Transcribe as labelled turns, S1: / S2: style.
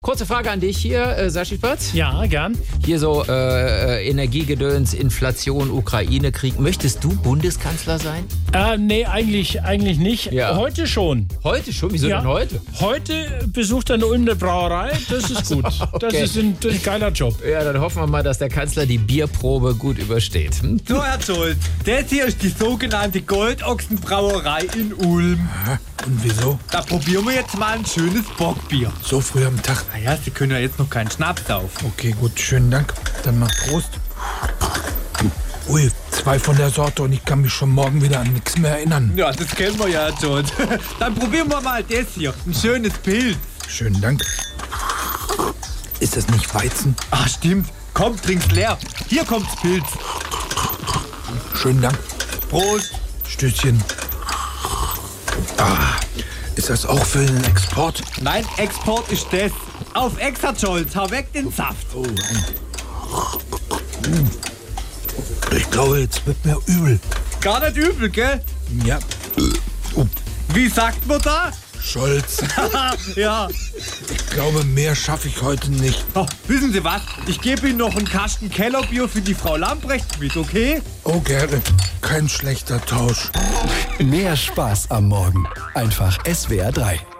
S1: Kurze Frage an dich hier, äh, Sashi Patz.
S2: Ja, gern.
S1: Hier so äh, äh, Energiegedöns, Inflation, Ukraine-Krieg. Möchtest du Bundeskanzler sein?
S2: Äh, nee, eigentlich, eigentlich nicht.
S1: Ja.
S2: Heute schon.
S1: Heute schon? Wieso
S2: Ja.
S1: denn heute?
S2: Heute besucht er eine Ulmer Brauerei. Das ist gut. Das
S1: okay.
S2: ist ein, ein geiler Job.
S1: Ja, dann hoffen wir mal, dass der Kanzler die Bierprobe gut übersteht. Hm?
S3: So, Herr Scholz, das hier ist die sogenannte Goldochsenbrauerei in Ulm.
S4: Und wieso?
S3: Da probieren wir jetzt mal ein schönes Bockbier.
S4: So früh am Tag.
S3: Naja, Sie können ja jetzt noch keinen Schnaps saufen.
S4: Okay, gut, schönen Dank. Dann mal Prost. Ui, zwei von der Sorte und ich kann mich schon morgen wieder an nichts mehr erinnern.
S3: Ja, das kennen wir ja, Herr Scholz. Dann probieren wir mal das hier. Ein schönes Pilz.
S4: Schönen Dank. Ist das nicht Weizen?
S3: Ach, Ah, stimmt. Komm, trink's leer. Hier kommt's Pilz.
S4: Schönen Dank.
S3: Prost.
S4: Stößchen. Ah, ist das auch für den Export?
S3: Nein, Export ist das. Auf Ex, Herr Scholz. Hau weg den Saft.
S4: Ich glaube, jetzt wird mir übel.
S3: Gar nicht übel, gell?
S4: Ja,
S3: Wie sagt man da?
S4: Scholz.
S3: ja.
S4: Ich glaube, mehr schaffe ich heute nicht.
S3: Oh, wissen Sie was? Ich gebe Ihnen noch einen Kasten Kellerbier für die Frau Lambrecht mit, okay?
S4: Oh, gerne. Kein schlechter Tausch.
S5: Mehr Spaß am Morgen. Einfach SWR 3.